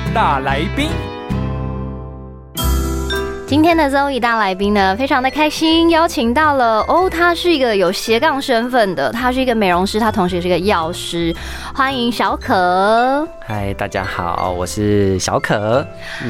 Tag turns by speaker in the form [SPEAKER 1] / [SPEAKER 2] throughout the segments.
[SPEAKER 1] 大来宾，
[SPEAKER 2] 今天的 Zoe 大来宾呢，非常的开心，邀请到了哦，他是一个有斜杠身份的，他是一个美容师，他同时也是个药师，欢迎小可。
[SPEAKER 3] 嗨，大家好，我是小可，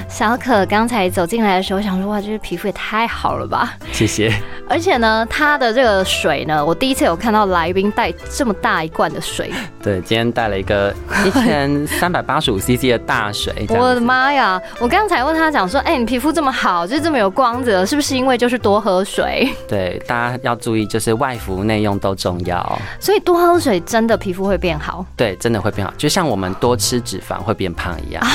[SPEAKER 2] 小可刚才走进来的时候，想说哇，这个皮肤也太好了吧！
[SPEAKER 3] 谢谢。
[SPEAKER 2] 而且呢，他的这个水呢，我第一次有看到来宾带这么大一罐的水，
[SPEAKER 3] 对，今天带了一个一千三百八十五 CC 的大水，这样
[SPEAKER 2] 我的妈呀！我刚才问他讲说，哎、你皮肤这么好，就是这么有光泽，是不是因为就是多喝水？
[SPEAKER 3] 对，大家要注意，就是外服内用都重要。
[SPEAKER 2] 所以多喝水真的皮肤会变 好。
[SPEAKER 3] 对，真的会变好，就像我们多吃脂肪会变胖一样。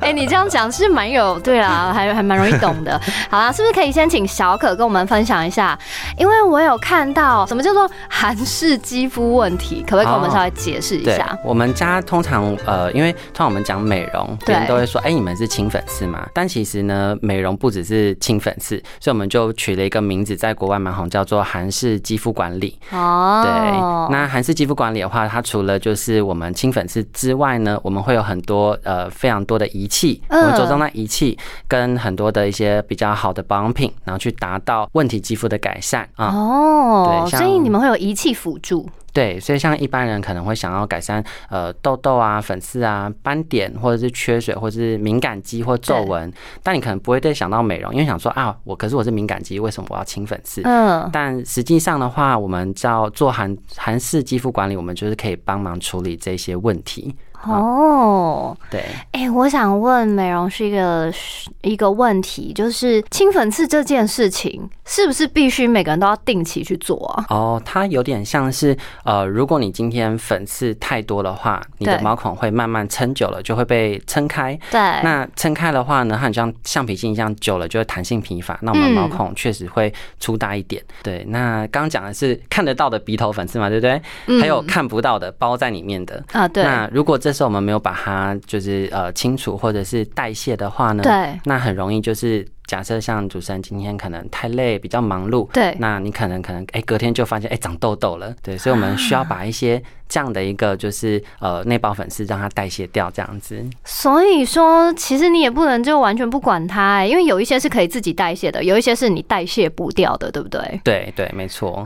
[SPEAKER 2] 哎、你这样讲是蛮有对啦，还还蛮容易懂 的。好啦，是不是可以先请小可跟我们分享一下？因为我有看到什么叫做韩式肌肤问题，可不可以跟我们
[SPEAKER 3] 哦
[SPEAKER 2] 稍微解释一
[SPEAKER 3] 对
[SPEAKER 2] 下？，
[SPEAKER 3] 我们家通常呃，因为通常我们讲美容，
[SPEAKER 2] 对
[SPEAKER 3] 别人都会说，哎、你们是清粉刺嘛？但其实呢，美容不只是清粉刺，所以我们就取了一个名字，在国外蛮红，叫做韩式肌肤管理。
[SPEAKER 2] 哦
[SPEAKER 3] 对，那韩式肌肤管理的话，它除了就是我们清粉刺之外呢，我们会有很多呃非常多的仪器，我
[SPEAKER 2] 嗯
[SPEAKER 3] 们着重在仪器跟很多的一些比较好的保养品，然后去达到问题肌肤的改善啊。
[SPEAKER 2] 哦，
[SPEAKER 3] 对像
[SPEAKER 2] 所以你们会有仪器辅助，
[SPEAKER 3] 对，所以像一般人可能会想要改善呃痘痘啊、粉刺啊、斑点，或者是缺水，或者是敏感肌或皱纹，但你可能不会对想到美容，因为想说啊，我可是我是敏感肌，为什么我要清粉刺？
[SPEAKER 2] 嗯，
[SPEAKER 3] 但实际上的话，我们叫做韩韩式肌肤管理，我们就是可以帮忙处理这些问题。
[SPEAKER 2] 嗯哦，
[SPEAKER 3] 对，
[SPEAKER 2] 哎、我想问美容是一个一个问题，就是清粉刺这件事情，是不是必须每个人都要定期去做啊？
[SPEAKER 3] 哦，它有点像是呃，如果你今天粉刺太多的话，你的
[SPEAKER 2] 对
[SPEAKER 3] 毛孔会慢慢撑久了就会被撑开。
[SPEAKER 2] 对，
[SPEAKER 3] 那撑开的话呢，它很像橡皮筋一样，久了就会弹性疲乏。那我们
[SPEAKER 2] 嗯
[SPEAKER 3] 毛孔确实会粗大一点。对，那刚刚讲的是看得到的鼻头粉刺嘛，对不对？还有
[SPEAKER 2] 嗯
[SPEAKER 3] 看不到的包在里面的。
[SPEAKER 2] 啊，对，
[SPEAKER 3] 那如果这时候我们没有把它就是呃清除或者是代谢的话呢，
[SPEAKER 2] 对，
[SPEAKER 3] 那很容易就是假设像主持人今天可能太累，比较忙碌，
[SPEAKER 2] 对
[SPEAKER 3] 那你可能可能哎、隔天就发现哎、长痘痘了，对，所以我们需要把一些这样的一个就是呃内包粉刺让它代谢掉这样子，
[SPEAKER 2] 所以说，其实你也不能就完全不管它、欸因为有一些是可以自己代谢的，有一些是你代谢不掉的，对不对？
[SPEAKER 3] 对对，没错，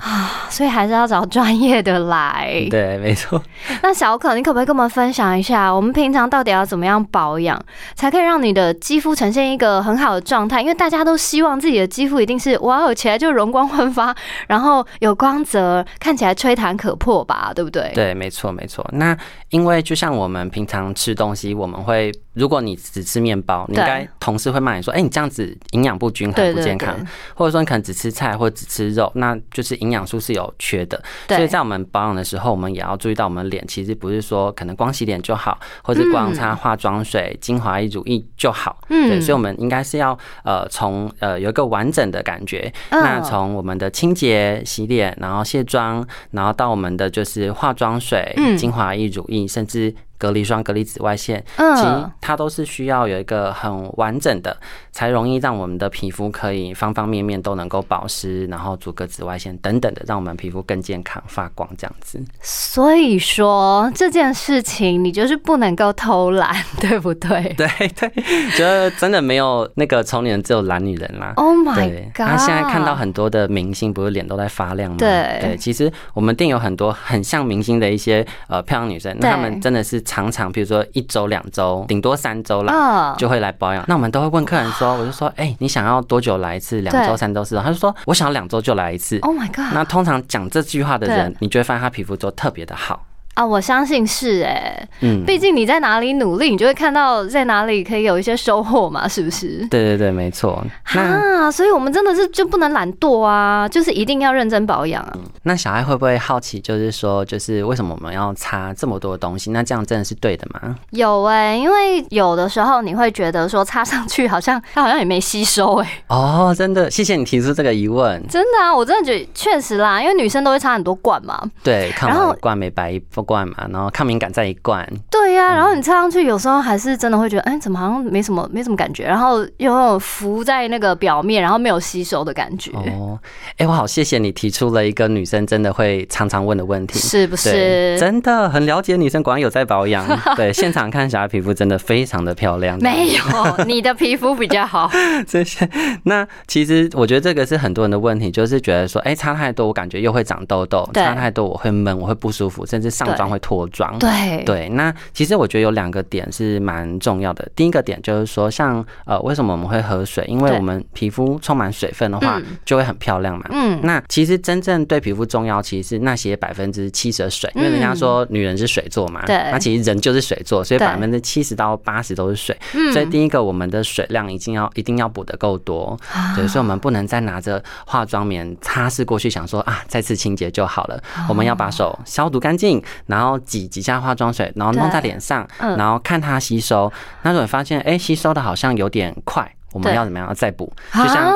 [SPEAKER 2] 所以还是要找专业的来。
[SPEAKER 3] 对没错。
[SPEAKER 2] 那小可，你可不可以跟我们分享一下，我们平常到底要怎么样保养，才可以让你的肌肤呈现一个很好的状态？因为大家都希望自己的肌肤一定是哇，哦，起来就容光焕发，然后有光泽，看起来吹弹可破吧，对不对？。
[SPEAKER 3] 对，没错，没错。那因为就像我们平常吃东西，我们会，如果你只吃面包，你应
[SPEAKER 2] 对
[SPEAKER 3] 该同事会骂你说，哎、你这样子营养不均
[SPEAKER 2] 对
[SPEAKER 3] 衡、不
[SPEAKER 2] 对
[SPEAKER 3] 健
[SPEAKER 2] 对
[SPEAKER 3] 康，或者说你可能只吃菜或只吃肉，那就是营养素是有缺的。
[SPEAKER 2] 对
[SPEAKER 3] 所以在我们保养的时候，我们也要注意到我们脸其实不是说可能光洗脸就好，或者光擦化妆水、精华液、乳液就好。
[SPEAKER 2] 嗯
[SPEAKER 3] 对，所以我们应该是要呃从呃有一个完整的感觉，
[SPEAKER 2] 嗯
[SPEAKER 3] 那从我们的清洁、洗脸，然后卸妆，然后到我们的就是化妆水、
[SPEAKER 2] 嗯
[SPEAKER 3] 精华液、乳液，甚至隔离霜、隔离紫外线，其实
[SPEAKER 2] 嗯，
[SPEAKER 3] 它都是需要有一个很完整的，才容易让我们的皮肤可以方方面面都能够保湿，然后阻隔紫外线等等的，让我们皮肤更健康、发光这样 子。
[SPEAKER 2] 所以说这件事情你就是不能够偷懒，对不对？
[SPEAKER 3] 对对，觉得真的没有那个丑女人，只有懒女人啦。
[SPEAKER 2] Oh my
[SPEAKER 3] 对，
[SPEAKER 2] god！
[SPEAKER 3] 那现在看到很多的明星，不是脸都在发亮吗？
[SPEAKER 2] 对
[SPEAKER 3] 其实我们店有很多很像明星的一些呃漂亮女生，那
[SPEAKER 2] 对
[SPEAKER 3] 她们真的是常常，比如说一周、两周，顶多三周啦。
[SPEAKER 2] 嗯，
[SPEAKER 3] 就会来保养，那我们都会问客人说，我就说，哎、你想要多久来一次？两周、
[SPEAKER 2] 对
[SPEAKER 3] 三周、四周？他就说，我想要两周就来一次。
[SPEAKER 2] Oh my god！
[SPEAKER 3] 那通常讲这句话的
[SPEAKER 2] 对
[SPEAKER 3] 人，你就会发现他皮肤都特别的好，
[SPEAKER 2] 啊，我相信是哎、
[SPEAKER 3] 嗯，
[SPEAKER 2] 毕竟你在哪里努力，你就会看到在哪里可以有一些收获嘛，是不是？
[SPEAKER 3] 对对对，没错。那
[SPEAKER 2] 啊，所以我们真的是就不能懒惰啊，就是一定要认真保养啊。
[SPEAKER 3] 那小爱会不会好奇，就是说，就是为什么我们要擦这么多的东西？那这样真的是对的吗？
[SPEAKER 2] 有哎、因为有的时候你会觉得说擦上去好像 它好像也没吸收哎、
[SPEAKER 3] 哦，真的，谢谢你提出这个疑问。
[SPEAKER 2] 真的啊，我真的觉得确实啦，因为女生都会擦很多罐嘛。
[SPEAKER 3] 对，抗
[SPEAKER 2] 然后
[SPEAKER 3] 老一罐，美白一罐嘛，然后抗敏感再一罐。
[SPEAKER 2] 对呀、然后你擦上去有时候还是真的会觉得，哎、怎么好像没什么没什么感觉，然后又有浮在那个表面，然后没有吸收的感觉，
[SPEAKER 3] 哦，哎、我好谢谢你提出了一个女生真的会常常问的问题。
[SPEAKER 2] 是不
[SPEAKER 3] 对，
[SPEAKER 2] 是？
[SPEAKER 3] 真的很了解女生，果然有在保 养。对，现场看小爱皮肤真的非常的漂亮。
[SPEAKER 2] 没有，你的皮肤比较好。
[SPEAKER 3] 这些。那其实我觉得这个是很多人的问题，就是觉得说，哎、擦太多我感觉又会长痘痘，
[SPEAKER 2] 对
[SPEAKER 3] 擦太多我会闷，我会不舒服，甚至上妆
[SPEAKER 2] 对
[SPEAKER 3] 会脱妆。
[SPEAKER 2] 对
[SPEAKER 3] 嗯对，那其实我觉得有两个点是蛮重要的。第一个点就是说像，呃，为什么我们会喝水？因为
[SPEAKER 2] 对
[SPEAKER 3] 我们皮肤充满水分的话，
[SPEAKER 2] 嗯
[SPEAKER 3] 就会很漂亮嘛。
[SPEAKER 2] 嗯
[SPEAKER 3] 那其实真正对皮肤重要，其实是那些百分之七十的水，因为人家
[SPEAKER 2] 嗯
[SPEAKER 3] 说女人是水做嘛，
[SPEAKER 2] 对
[SPEAKER 3] 那其实人就是水做，所以
[SPEAKER 2] 对
[SPEAKER 3] 百分之七十到八十都是水。
[SPEAKER 2] 嗯
[SPEAKER 3] 所以第一个，我们的水量一定要一定要补得够多，
[SPEAKER 2] 啊
[SPEAKER 3] 对，所以我们不能再拿着化妆棉擦拭过去，想说啊再次清洁就好了。
[SPEAKER 2] 哦
[SPEAKER 3] 我们要把手消毒干净，然后挤几下化妆水，然后弄在
[SPEAKER 2] 对
[SPEAKER 3] 脸上，
[SPEAKER 2] 嗯
[SPEAKER 3] 然后看它吸收。那如果发现哎、吸收的好像有点快。我们
[SPEAKER 2] 对
[SPEAKER 3] 要怎么样再补？就
[SPEAKER 2] 啊
[SPEAKER 3] 像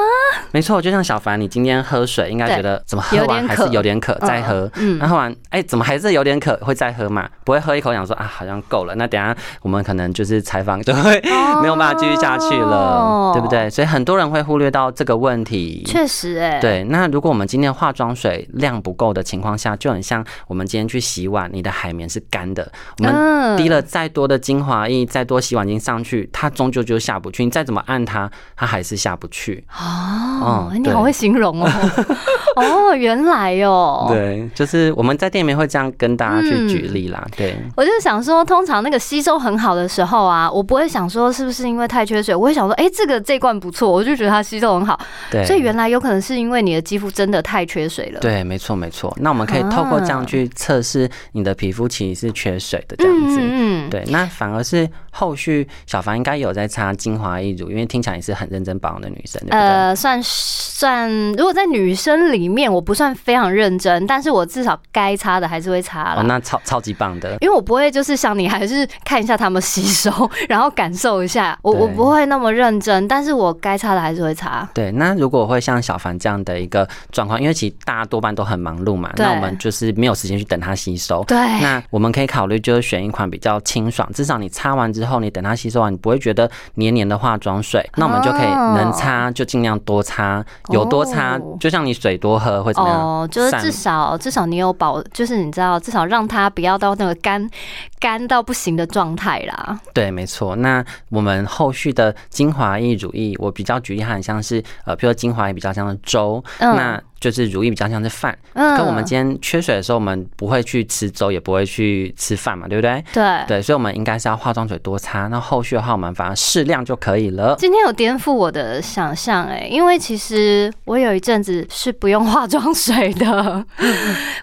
[SPEAKER 3] 没错，就像小凡，你今天喝水应该
[SPEAKER 2] 对
[SPEAKER 3] 觉得怎么
[SPEAKER 2] 有
[SPEAKER 3] 喝
[SPEAKER 2] 点
[SPEAKER 3] 完还是
[SPEAKER 2] 渴
[SPEAKER 3] 有点渴，再
[SPEAKER 2] 嗯
[SPEAKER 3] 喝。
[SPEAKER 2] 嗯
[SPEAKER 3] 那喝完，哎，怎么还是有点渴，会再喝嘛？不会喝一口想说啊，好像够了。那等一下我们可能就是采访就会 没有办法继续下去
[SPEAKER 2] 哦
[SPEAKER 3] 了，对不对？所以很多人会忽略到这个问题。
[SPEAKER 2] 确实哎、
[SPEAKER 3] 对，那如果我们今天化妆水量不够的情况下，就很像我们今天去洗碗，你的海绵是干的，我
[SPEAKER 2] 嗯
[SPEAKER 3] 们滴了再多的精华液、再多洗碗精上去，它终究就下不去。你再怎么按它，它还是下不去。
[SPEAKER 2] 哦，
[SPEAKER 3] 嗯
[SPEAKER 2] 你好
[SPEAKER 3] 对
[SPEAKER 2] 会形容哦。 哦，原来哦。。嗯
[SPEAKER 3] 对，就是我们在店里面会这样跟大家去举例啦。对，
[SPEAKER 2] 我就想说，通常那个吸收很好的时候啊，我不会想说是不是因为太缺水，我会想说，哎、这个这罐不错，我就觉得它吸收很好。
[SPEAKER 3] 对，
[SPEAKER 2] 所以原来有可能是因为你的肌肤真的太缺水了。
[SPEAKER 3] 对，没错没错。那我们可以透过这样去测试你的皮肤其实是缺水的这样子。
[SPEAKER 2] 嗯嗯，
[SPEAKER 3] 对，那反而是后续小凡应该有在擦精华一乳，因为听起来你是很认真保养的女生，对不对？
[SPEAKER 2] 呃，算算，如果在女生里面，我不算非常认真，但是我至少该擦的还是会擦啦。
[SPEAKER 3] 哦，那超超级棒的。
[SPEAKER 2] 因为我不会就是像你，还是看一下他们吸收， 然后感受一下。我
[SPEAKER 3] 对
[SPEAKER 2] 我不会那么认真，但是我该擦的还是会擦。
[SPEAKER 3] 对，那如果会像小凡这样的一个状况，因为其实大家多半都很忙碌嘛，那
[SPEAKER 2] 对
[SPEAKER 3] 我们就是没有时间去等它吸收。
[SPEAKER 2] 对
[SPEAKER 3] 那我们可以考虑就是选一款比较清爽，至少你擦完之后，你等它吸收完，你不会觉得黏黏的化妆水。那我们就可以
[SPEAKER 2] 哦
[SPEAKER 3] 能擦就尽量多擦，有多擦
[SPEAKER 2] 哦，
[SPEAKER 3] 就像你水多喝会怎么样？
[SPEAKER 2] 哦，就是
[SPEAKER 3] 散
[SPEAKER 2] 至少至少你有保，就是你知道，至少让它不要到那个干干到不行的状态啦。
[SPEAKER 3] 对，没错。那我们后续的精华液、乳液，我比较举例很像是呃，譬如说精华液比较像是粥，
[SPEAKER 2] 嗯
[SPEAKER 3] 那就是乳液比较像是饭。
[SPEAKER 2] 嗯
[SPEAKER 3] 跟我们今天缺水的时候，我们不会去吃粥，也不会去吃饭嘛，对不对？
[SPEAKER 2] 对。
[SPEAKER 3] 对，所以我们应该是要化妆水多擦，那后续的话我们反而适量就可以了。
[SPEAKER 2] 今天有颠覆我的想象哎、因为其实我有一阵子是不用化妆水的，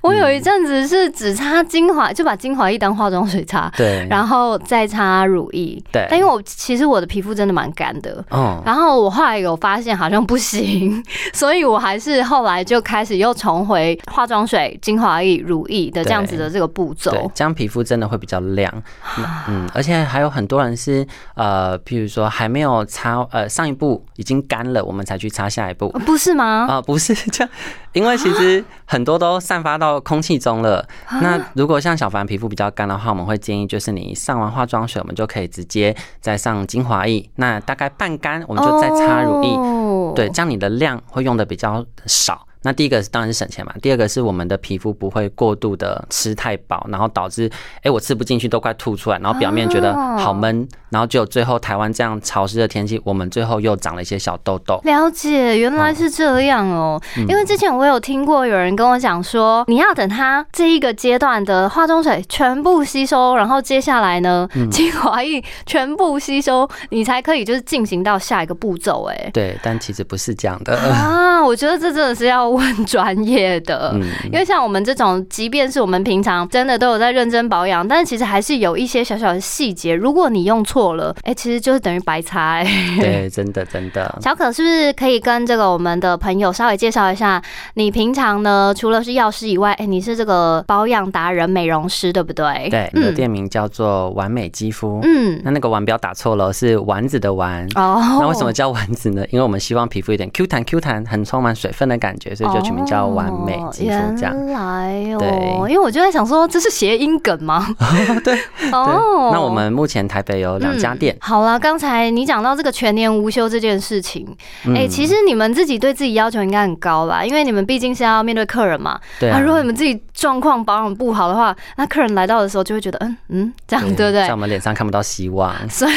[SPEAKER 2] 我有一阵子是只擦精华，就把精华液当化妆水擦，
[SPEAKER 3] 对，
[SPEAKER 2] 然后再擦乳液。
[SPEAKER 3] 嗯对
[SPEAKER 2] 但因为我其实我的皮肤真的蛮干的。
[SPEAKER 3] 嗯，
[SPEAKER 2] 然后我后来有发现好像不行， 所以我还是后来就开始又重回化妆水、精华液、乳液的这样子的这个步
[SPEAKER 3] 对
[SPEAKER 2] 骤，。
[SPEAKER 3] 这样皮肤真的会比较亮。
[SPEAKER 2] 啊
[SPEAKER 3] 那嗯，而且还有很多人是呃，譬如说还没有擦呃上一步已经干了，我们才去擦下一步。
[SPEAKER 2] 呃不是吗？
[SPEAKER 3] 啊、不是 这样，因为其实很多都散发到空气中了。
[SPEAKER 2] 啊
[SPEAKER 3] 那如果像小凡皮肤比较干的话，我们会建议就是你上完化妆水，我们就可以直接再上精华液，那大概半干，
[SPEAKER 2] 我
[SPEAKER 3] 我们就再擦乳液。
[SPEAKER 2] 液
[SPEAKER 3] 对，这样你的量会用的比较少。那第一个是当然是省钱嘛，第二个是我们的皮肤不会过度的吃太饱，然后导致哎、诶我吃不进去都快吐出来，然后表面觉得
[SPEAKER 2] 哦
[SPEAKER 3] 好闷，然后就最后台湾这样潮湿的天气，我们最后又长了一些小痘痘。
[SPEAKER 2] 了解，原来是这样哦、
[SPEAKER 3] 嗯
[SPEAKER 2] 因为之前我有听过有人跟我讲说，你要等它这一个阶段的化妆水全部吸收，然后接下来呢，
[SPEAKER 3] 嗯
[SPEAKER 2] 精华液全部吸收，你才可以就是进行到下一个步骤。哎，
[SPEAKER 3] 对，但其实不是这样的。
[SPEAKER 2] 啊，我觉得这真的是要问专业的。
[SPEAKER 3] 嗯，
[SPEAKER 2] 因为像我们这种，即便是我们平常真的都有在认真保养，但是其实还是有一些小小的细节，如果你用错了，哎、其实就是等于白擦、哎，
[SPEAKER 3] 对，真的真的。
[SPEAKER 2] 小可是不是可以跟这个我们的朋友稍微介绍一下，你平常呢除了是药师以外，哎、你是这个保养达人、美容师，对不对？
[SPEAKER 3] 对，你的店名叫做完美肌肤。
[SPEAKER 2] 嗯，
[SPEAKER 3] 那那个“丸”不要打错了，是丸子的“丸”。
[SPEAKER 2] 哦，
[SPEAKER 3] 那为什么叫丸子呢？因为我们希望皮肤有点 Q 弹 Q 弹，很充满水分的感觉，所以就取名叫完美肌肤这样。
[SPEAKER 2] 哦原来哦，
[SPEAKER 3] 对
[SPEAKER 2] 因为我就在想说，这是谐音梗吗？
[SPEAKER 3] 对，
[SPEAKER 2] 哦，
[SPEAKER 3] 那我们目前台北有两家店。
[SPEAKER 2] 嗯好啦，刚才你讲到这个全年无休这件事情，哎、
[SPEAKER 3] 嗯
[SPEAKER 2] 其实你们自己对自己要求应该很高吧？因为你们毕竟是要面对客人嘛。
[SPEAKER 3] 对啊，
[SPEAKER 2] 如果你们自己状况保养不好的话，那客人来到的时候就会觉得，嗯嗯，这样对不对
[SPEAKER 3] 在我？们脸上看不到希望。
[SPEAKER 2] 所以，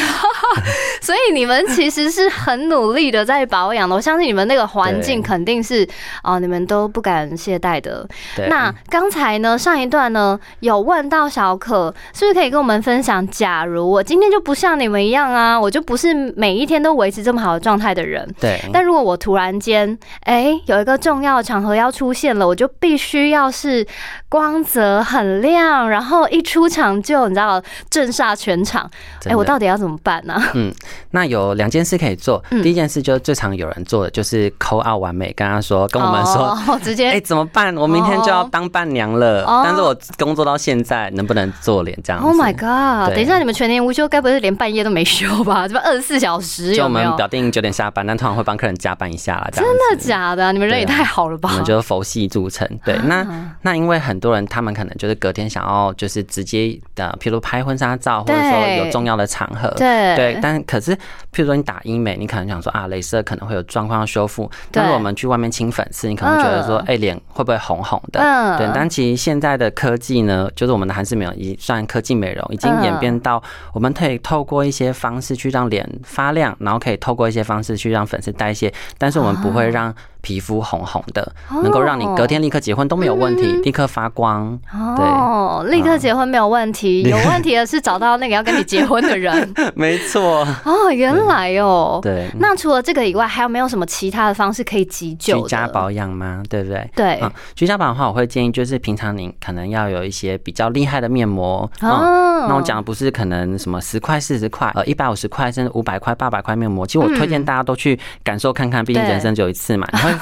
[SPEAKER 2] 所以你们其实是很努力的在保养的。我相信你们那个环境
[SPEAKER 3] 对
[SPEAKER 2] 肯定是哦、你们都不敢懈怠的。
[SPEAKER 3] 对，
[SPEAKER 2] 那刚才呢，上一段呢有问到小可，是不是可以跟我们分享？假如我今天就不像你们一样啊，我就不是每一天都维持这么好的状态的人。
[SPEAKER 3] 对，
[SPEAKER 2] 但如果我突然间，哎、有一个重要场合要出现了，我就必须要是光泽很亮，然后一出场就你知道震煞全场。哎、
[SPEAKER 3] 真的
[SPEAKER 2] 我到底要怎么办啊呢、
[SPEAKER 3] 那有两件事可以做。
[SPEAKER 2] 嗯
[SPEAKER 3] 第一件事就是最常有人做的，就是抠二完美，跟他说，跟我们说。
[SPEAKER 2] 哦、 直接、
[SPEAKER 3] 哎、怎么办？我明天就要
[SPEAKER 2] 哦
[SPEAKER 3] 当伴娘了，
[SPEAKER 2] 哦
[SPEAKER 3] 但是我工作到现在，能不能做脸这样子
[SPEAKER 2] Oh my god！
[SPEAKER 3] 对
[SPEAKER 2] 等一下，你们全年无休，该不会是连半夜都没休吧？ 这不二十四小时
[SPEAKER 3] 就
[SPEAKER 2] 有
[SPEAKER 3] 我
[SPEAKER 2] 没有
[SPEAKER 3] 们？表定九点下班，但通常会帮客人加班一下啦，这样
[SPEAKER 2] 真的
[SPEAKER 3] 子
[SPEAKER 2] 假的啊、你们人也
[SPEAKER 3] 对啊
[SPEAKER 2] 太好了啊吧？
[SPEAKER 3] 我们就佛系著称。对，那那因为很多人他们可能就是隔天想要就是直接的，譬如拍婚纱照，或者说
[SPEAKER 2] 对
[SPEAKER 3] 有重要的场合，
[SPEAKER 2] 对
[SPEAKER 3] 对，但可是譬如说你打医美，你可能想说啊，镭射可能会有状况要修复，
[SPEAKER 2] 对
[SPEAKER 3] 但是我们去外面清粉刺，你可能会觉得说
[SPEAKER 2] 嗯，
[SPEAKER 3] 哎，脸会不会红红的？
[SPEAKER 2] 嗯
[SPEAKER 3] 对，但其实现在的科技呢，就是我们的韩式美容已算科技美容，已经
[SPEAKER 2] 嗯
[SPEAKER 3] 演变到我们可以透过一些方式去让脸发亮，然后可以透过一些方式去让粉刺代谢，但是我们不
[SPEAKER 2] 啊
[SPEAKER 3] 会让皮肤红红的，能够让你隔天立刻结婚都没有问题，
[SPEAKER 2] 嗯
[SPEAKER 3] 立刻发 光。
[SPEAKER 2] 哦，立刻结婚没有问题，
[SPEAKER 3] 啊
[SPEAKER 2] 有问题的是找到那个要跟你结婚的 人。
[SPEAKER 3] 没错，
[SPEAKER 2] 哦，原来哦。
[SPEAKER 3] 对。
[SPEAKER 2] 那除了这个以外，还有没有什么其他的方式可以急救的？
[SPEAKER 3] 居家保养吗？对不对？
[SPEAKER 2] 对
[SPEAKER 3] 啊，居家保养的话，我会建议就是平常你可能要有一些比较厉害的面膜。嗯
[SPEAKER 2] 哦，
[SPEAKER 3] 那我讲的不是可能什么十块、四十块，呃，一百五十块，甚至五百块、八百块面膜。其实我推荐大家都去感受看看，毕竟
[SPEAKER 2] 嗯对
[SPEAKER 3] 人生只有一 次嘛，你会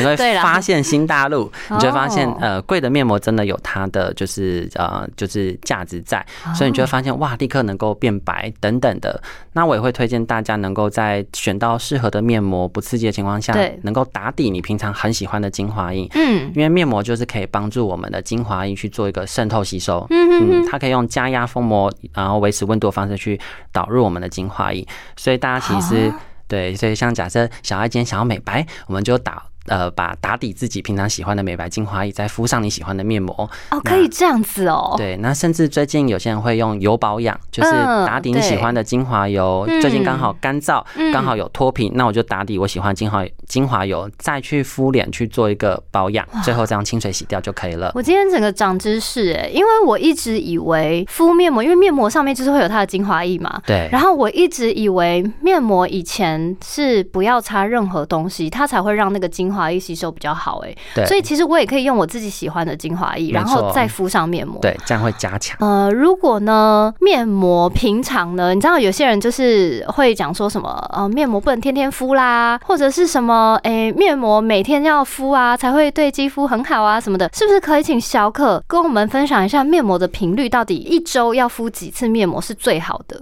[SPEAKER 3] 你会
[SPEAKER 2] 对啦
[SPEAKER 3] 发现新大陆，你就会发现
[SPEAKER 2] 哦
[SPEAKER 3] 呃，贵的面膜真的有它的就是呃就是价值在，
[SPEAKER 2] 哦
[SPEAKER 3] 所以你就会发现哇，立刻能够变白等等的。那我也会推荐大家能够在选到适合的面膜不刺激的情况下
[SPEAKER 2] 对，
[SPEAKER 3] 能够打底你平常很喜欢的精华液。
[SPEAKER 2] 嗯
[SPEAKER 3] 因为面膜就是可以帮助我们的精华液去做一个渗透吸收，
[SPEAKER 2] 嗯哼哼
[SPEAKER 3] 嗯，它可以用加压封膜，然后维持温度的方式去导入我们的精华液，所以大家其实、
[SPEAKER 2] 啊
[SPEAKER 3] 对，所以像假设小爱今天想要美白，我们就打呃把打底自己平常喜欢的美白精华液，再敷上你喜欢的面膜，
[SPEAKER 2] 哦，可以这样子哦。
[SPEAKER 3] 嗯对，那甚至最近有些人会用油保养，就是
[SPEAKER 2] 嗯
[SPEAKER 3] 打底你喜欢的精华油。
[SPEAKER 2] 对
[SPEAKER 3] 最近刚好干燥，
[SPEAKER 2] 嗯
[SPEAKER 3] 刚好有脱皮，那我就打底我喜欢的精华精华油，再去敷脸去做一个保养，最后这样清水洗掉就可以了。
[SPEAKER 2] 我今天整个长知识哎，因为我一直以为敷面膜，因为面膜上面就是会有它的精华液嘛。
[SPEAKER 3] 对，
[SPEAKER 2] 然后我一直以为面膜以前是不要擦任何东西，它才会让那个精华液吸收比较好哎。
[SPEAKER 3] 对
[SPEAKER 2] 所以其实我也可以用我自己喜欢的精华液，
[SPEAKER 3] 没错
[SPEAKER 2] 然后再敷上面膜。。
[SPEAKER 3] 对，这样会加强。
[SPEAKER 2] 呃，如果呢，面膜平常呢，你知道有些人就是会讲说什么，呃，面膜不能天天敷啦，或者是什么，诶、面膜每天要敷啊，才会对肌肤很好啊什么的，是不是可以请小可跟我们分享一下面膜的频率，到底一周要敷几次面膜是最好的？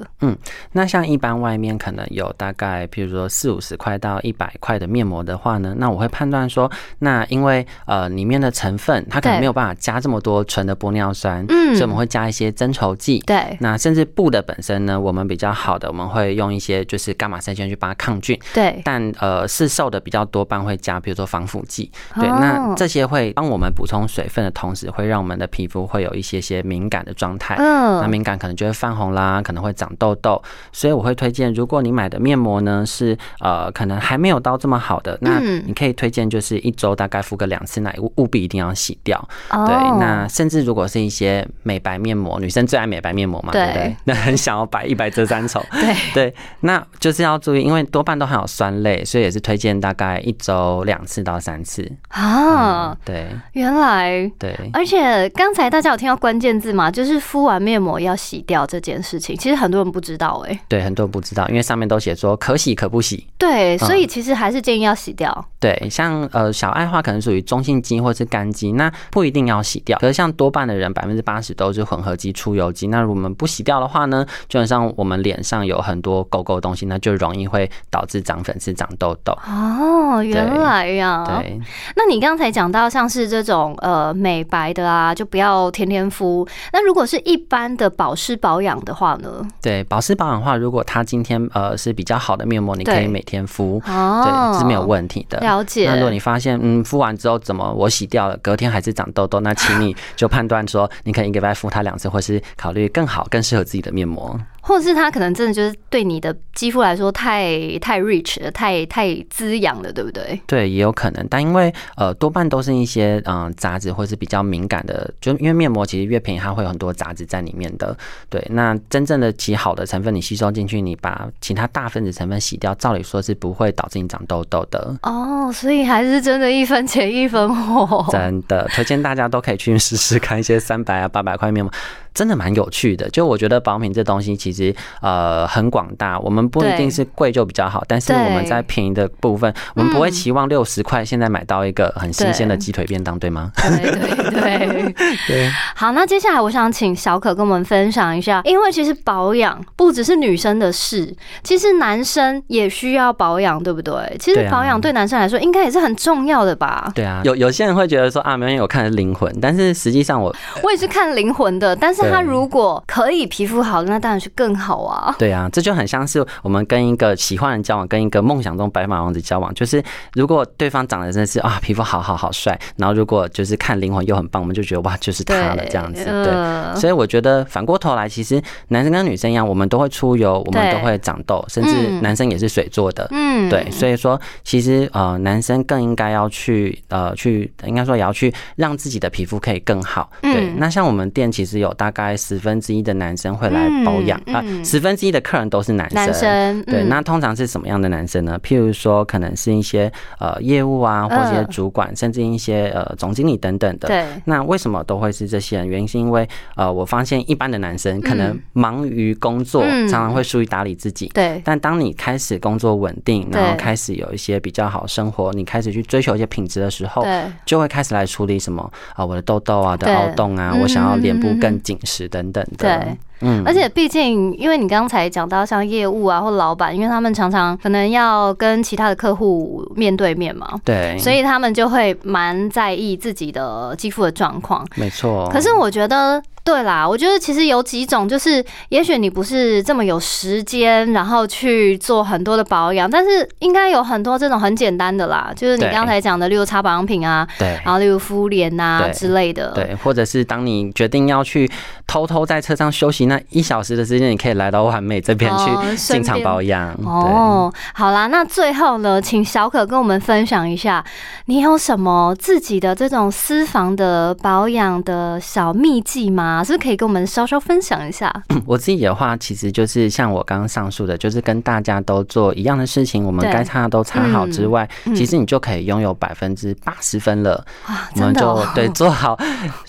[SPEAKER 3] 那像一般外面可能有大概，譬如说四五十块到一百块的面膜的话呢，那我会判断说，那因为呃里面的成分它可能
[SPEAKER 2] 对
[SPEAKER 3] 没有办法加这么多纯的玻尿酸，
[SPEAKER 2] 嗯
[SPEAKER 3] 所以我们会加一些增稠剂。
[SPEAKER 2] 对
[SPEAKER 3] 那甚至布的本身呢，我们比较好的，我们会用一些就是伽马射线去把它抗菌，
[SPEAKER 2] 对，
[SPEAKER 3] 但呃市售的比较多半会加，比如说防腐剂，对，
[SPEAKER 2] 哦
[SPEAKER 3] 那这些会帮我们补充水分的同时，会让我们的皮肤会有一些些敏感的状态。那
[SPEAKER 2] 嗯，
[SPEAKER 3] 敏感可能就会泛红啦，可能会长痘痘，所以我会推荐，如果你买的面膜呢是呃可能还没有到这么好的，那
[SPEAKER 2] 嗯
[SPEAKER 3] 你可以推推荐就是一周大概敷个两次奶，务务必一定要洗掉。
[SPEAKER 2] 哦
[SPEAKER 3] 对，那甚至如果是一些美白面膜，女生最爱美白面膜嘛，对不
[SPEAKER 2] 对
[SPEAKER 3] 对？ 那很想要白一白遮三丑，
[SPEAKER 2] 对
[SPEAKER 3] 对，那就是要注意，因为多半都含有酸类，所以也是推荐大概一周两次到三次。
[SPEAKER 2] 啊
[SPEAKER 3] 嗯，，对
[SPEAKER 2] 原来。
[SPEAKER 3] 对。
[SPEAKER 2] 而且刚才大家有听到关键字嘛，就是敷完面膜要洗掉这件事情，其实很多人不知道哎、
[SPEAKER 3] 对，很多人不知道，因为上面都写说可洗可不洗。
[SPEAKER 2] 对，所以
[SPEAKER 3] 嗯
[SPEAKER 2] 其实还是建议要洗掉。
[SPEAKER 3] 对，像呃小爱的话，可能属于中性肌或是干肌，那不一定要洗掉。可是像多半的人，百分之八十都是混合肌、出油肌。那如果我们不洗掉的话呢，基本上我们脸上有很多沟沟的东西，那就容易会导致长粉刺、长痘痘。
[SPEAKER 2] 哦，原来呀、
[SPEAKER 3] 对，
[SPEAKER 2] 那你刚才讲到像是这种呃美白的啊，就不要天天敷。那如果是一般的保湿保养的话呢？
[SPEAKER 3] 对，保湿保养的话，如果它今天呃是比较好的面膜，你可
[SPEAKER 2] 对
[SPEAKER 3] 以每天敷，
[SPEAKER 2] 哦，
[SPEAKER 3] 对，是没有问题的。
[SPEAKER 2] 了解
[SPEAKER 3] 那如果你发现嗯敷完之后怎么我洗掉了，隔天还是长痘痘，那请你就判断说你可能一个礼拜敷它两次，或是考虑更好、更适合自己的面膜。
[SPEAKER 2] 或者是它可能真的就是对你的肌肤来说太太 rich 了，太太滋养了，对不对？
[SPEAKER 3] 对，也有可能，但因为呃多半都是一些嗯、呃杂质或是比较敏感的，就因为面膜其实越便宜它会有很多杂质在里面的。对，那真正的其好的成分你吸收进去，你把其他大分子成分洗掉，照理说是不会导致你长痘痘的。
[SPEAKER 2] 哦，所以还是真的一分钱一分货。
[SPEAKER 3] 真的推荐大家都可以去试试看一些三百啊、 八百块面膜，真的蛮有趣的。就我觉得保品这东西其实呃很广大，我们不一定是贵就比较好，但是我们在便宜的部分，我们不会期望六十块现在买到一个很新鲜的鸡腿便当，对 吗？
[SPEAKER 2] 对对 对好，那接下来我想请小可跟我们分享一下，因为其实保养不只是女生的事，其实男生也需要保养，对不对？其实
[SPEAKER 3] 对啊
[SPEAKER 2] 保养对男生来说应该也是很重要的吧。
[SPEAKER 3] 对啊，有有些人会觉得说啊，没关系，我看的是灵魂，但是实际上我
[SPEAKER 2] 我也是看灵魂的，但是他
[SPEAKER 3] 对
[SPEAKER 2] 如果可以皮肤好，那当然是更好啊。
[SPEAKER 3] 对啊，这就很像是我们跟一个喜欢人交往，跟一个梦想中白马王子交往。就是如果对方长得真的是啊，皮肤好好好帅，然后如果就是看灵魂又很棒，我们就觉得哇，就是
[SPEAKER 2] 对
[SPEAKER 3] 他了这样子。对，
[SPEAKER 2] 呃
[SPEAKER 3] 所以我觉得反过头来，其实男生跟女生一样，我们都会出油，我们
[SPEAKER 2] 对
[SPEAKER 3] 都会长痘，甚至
[SPEAKER 2] 嗯
[SPEAKER 3] 男生也是水做的。
[SPEAKER 2] 嗯
[SPEAKER 3] 对，所以说其实呃，男生更应该要去呃去，应该说也要去让自己的皮肤可以更好。对
[SPEAKER 2] 嗯，
[SPEAKER 3] 那像我们店其实有大概十分之一的男生会来保养
[SPEAKER 2] 嗯
[SPEAKER 3] 啊
[SPEAKER 2] 嗯，
[SPEAKER 3] 十分之一的客人都是男生。
[SPEAKER 2] 男生
[SPEAKER 3] 对，
[SPEAKER 2] 嗯
[SPEAKER 3] 那通常是什么样的男生呢？譬如说，可能是一些呃业务啊，或者一些
[SPEAKER 2] 嗯
[SPEAKER 3] 主管，甚至一些呃总经理等等的。
[SPEAKER 2] 对
[SPEAKER 3] 那为什么都会是这些人？原因是因为呃，我发现一般的男生可能
[SPEAKER 2] 嗯
[SPEAKER 3] 忙于工作，
[SPEAKER 2] 嗯
[SPEAKER 3] 常常会疏于打理自己。
[SPEAKER 2] 对
[SPEAKER 3] 但当你开始工作稳定，
[SPEAKER 2] 对
[SPEAKER 3] 然后开始有一些比较好的生活，你开始去追求一些品质的时候，
[SPEAKER 2] 对，
[SPEAKER 3] 就会开始来处理什么啊、我的痘痘啊我
[SPEAKER 2] 对
[SPEAKER 3] 的凹洞啊，
[SPEAKER 2] 嗯
[SPEAKER 3] 我想要脸部更紧实等等
[SPEAKER 2] 对
[SPEAKER 3] 的。嗯
[SPEAKER 2] 而且毕竟，因为你刚才讲到像业务啊或老板，因为他们常常可能要跟其他的客户面对面嘛，
[SPEAKER 3] 对，
[SPEAKER 2] 所以他们就会蛮在意自己的肌肤的状况。
[SPEAKER 3] 没错。
[SPEAKER 2] 可是我觉得。对啦，我觉得其实有几种，就是也许你不是这么有时间，然后去做很多的保养，但是应该有很多这种很简单的啦，就是你
[SPEAKER 3] 对
[SPEAKER 2] 刚才讲的，例如擦保养品啊，
[SPEAKER 3] 对
[SPEAKER 2] 然后例如敷脸啊
[SPEAKER 3] 对
[SPEAKER 2] 之类的。
[SPEAKER 3] 对，或者是当你决定要去偷偷在车上休息那一小时的时间，你可以来到完美这边
[SPEAKER 2] 哦
[SPEAKER 3] 去
[SPEAKER 2] 顺
[SPEAKER 3] 进场
[SPEAKER 2] 便
[SPEAKER 3] 保养。嗯对。
[SPEAKER 2] 哦，好啦，那最后呢，请小可跟我们分享一下，你有什么自己的这种私房的保养的小秘技吗？是不是可以跟我们稍稍分享一下？
[SPEAKER 3] 我自己的话，其实就是像我刚刚上述的，就是跟大家都做一样的事情，我们
[SPEAKER 2] 对
[SPEAKER 3] 该擦的都擦好之外，
[SPEAKER 2] 嗯嗯
[SPEAKER 3] 其实你就可以拥有百分之八十分了。
[SPEAKER 2] 哇，
[SPEAKER 3] 我
[SPEAKER 2] 真
[SPEAKER 3] 们
[SPEAKER 2] 的、
[SPEAKER 3] 就、
[SPEAKER 2] 哦，
[SPEAKER 3] 对做好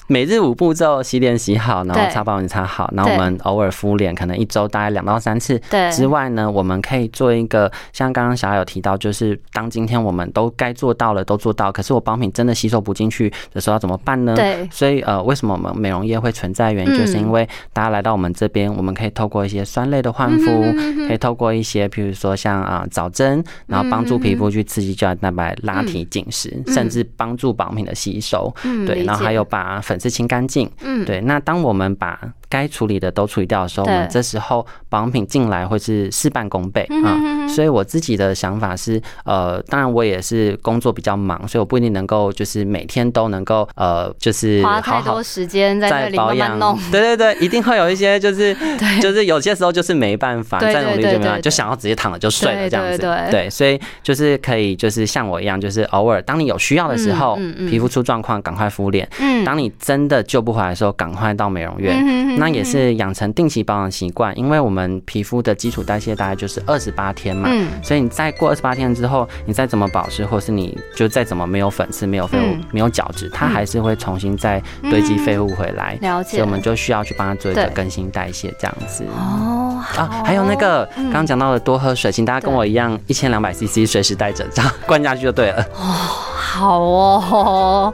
[SPEAKER 3] 每日五步骤：洗脸洗好，然后
[SPEAKER 2] 对
[SPEAKER 3] 擦保养擦好，然后我们偶尔敷脸，可能一周大概两到三次。
[SPEAKER 2] 对
[SPEAKER 3] 之外呢，我们可以做一个像刚刚小雅有提到，就是当今天我们都该做到了，都做到，可是我保养品真的吸收不进去的时候要怎么办呢？
[SPEAKER 2] 对
[SPEAKER 3] 所以呃，为什么我们美容业会存在？
[SPEAKER 2] 嗯
[SPEAKER 3] 原因就是因为大家来到我们这边，我们可以透过一些酸类的焕
[SPEAKER 2] 嗯
[SPEAKER 3] 肤，可以透过一些譬如说像啊、早针，然后帮助皮肤去刺激胶原蛋白拉提紧实，甚至帮助保养品的吸收。
[SPEAKER 2] 嗯
[SPEAKER 3] 对，然后还
[SPEAKER 2] 理解
[SPEAKER 3] 有把粉刺清干净。
[SPEAKER 2] 嗯
[SPEAKER 3] 对，那当我们把该处理的都处理掉的时候，我
[SPEAKER 2] 对
[SPEAKER 3] 们这时候保养品进来会是事半功倍
[SPEAKER 2] 嗯
[SPEAKER 3] 啊、
[SPEAKER 2] 哼哼哼
[SPEAKER 3] 所以我自己的想法是，呃，当然我也是工作比较忙，所以我不一定能够就是每天都能够呃，就是
[SPEAKER 2] 花
[SPEAKER 3] 好
[SPEAKER 2] 太
[SPEAKER 3] 好
[SPEAKER 2] 多时间在那
[SPEAKER 3] 在
[SPEAKER 2] 里
[SPEAKER 3] 保
[SPEAKER 2] 慢慢
[SPEAKER 3] 养
[SPEAKER 2] 弄。，
[SPEAKER 3] 对对对，一定会有一些 就是就是有些时候就是没办法，
[SPEAKER 2] 对对
[SPEAKER 3] 再努力就没办
[SPEAKER 2] 对
[SPEAKER 3] 法，
[SPEAKER 2] 对
[SPEAKER 3] 就想要直接躺着就睡
[SPEAKER 2] 对
[SPEAKER 3] 了这样子。
[SPEAKER 2] 对对
[SPEAKER 3] 对，所以就是可以就是像我一样，就是偶尔当你有需要的时候
[SPEAKER 2] 嗯嗯嗯，
[SPEAKER 3] 皮肤出状况赶快敷脸；
[SPEAKER 2] 嗯
[SPEAKER 3] 当你真的救不回来的时候，赶快到美容院。
[SPEAKER 2] 嗯
[SPEAKER 3] 那也是养成定期保养习惯，因为我们皮肤的基础代谢大概就是二十八天嘛，
[SPEAKER 2] 嗯
[SPEAKER 3] 所以你再过二十八天之后，你再怎么保湿，或是你就再怎么没有粉刺、没有废物、
[SPEAKER 2] 嗯
[SPEAKER 3] 没有角质，它还是会重新再堆积废物回来。
[SPEAKER 2] 嗯了
[SPEAKER 3] 所
[SPEAKER 2] 解
[SPEAKER 3] 以我们就需要去帮它做一个
[SPEAKER 2] 对
[SPEAKER 3] 更新代谢，这样子。
[SPEAKER 2] 哦，嗯好
[SPEAKER 3] 啊，还有那个刚刚讲到的多喝水，请大家跟我一样，一千两百 CC 随时带着，这样灌下去就对了。
[SPEAKER 2] 好哦，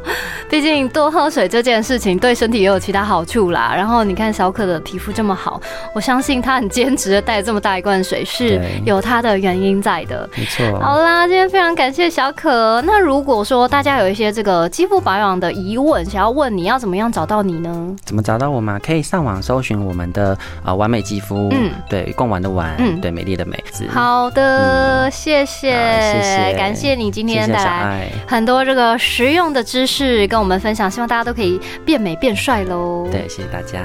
[SPEAKER 2] 毕竟多喝水这件事情对身体也有其他好处啦。然后你看小可的皮肤这么好，我相信他很坚持的带这么大一罐水是
[SPEAKER 3] 对
[SPEAKER 2] 有他的原因在的。
[SPEAKER 3] 没错，
[SPEAKER 2] 好啦，今天非常感谢小可。那如果说大家有一些这个肌肤保养的疑问，想要问你要怎么样找到你呢？
[SPEAKER 3] 怎么找到我们啊？可以上网搜寻我们的呃完美肌肤，
[SPEAKER 2] 嗯
[SPEAKER 3] 对，贡丸的丸，
[SPEAKER 2] 嗯
[SPEAKER 3] 对，美丽的美字。
[SPEAKER 2] 好的，谢谢，
[SPEAKER 3] 嗯好谢谢
[SPEAKER 2] 感谢你今
[SPEAKER 3] 谢
[SPEAKER 2] 天
[SPEAKER 3] 谢
[SPEAKER 2] 带
[SPEAKER 3] 小
[SPEAKER 2] 来
[SPEAKER 3] 爱，
[SPEAKER 2] 很多这个实用的知识跟我们分享，希望大家都可以变美变帅喽。
[SPEAKER 3] 对，谢谢大家。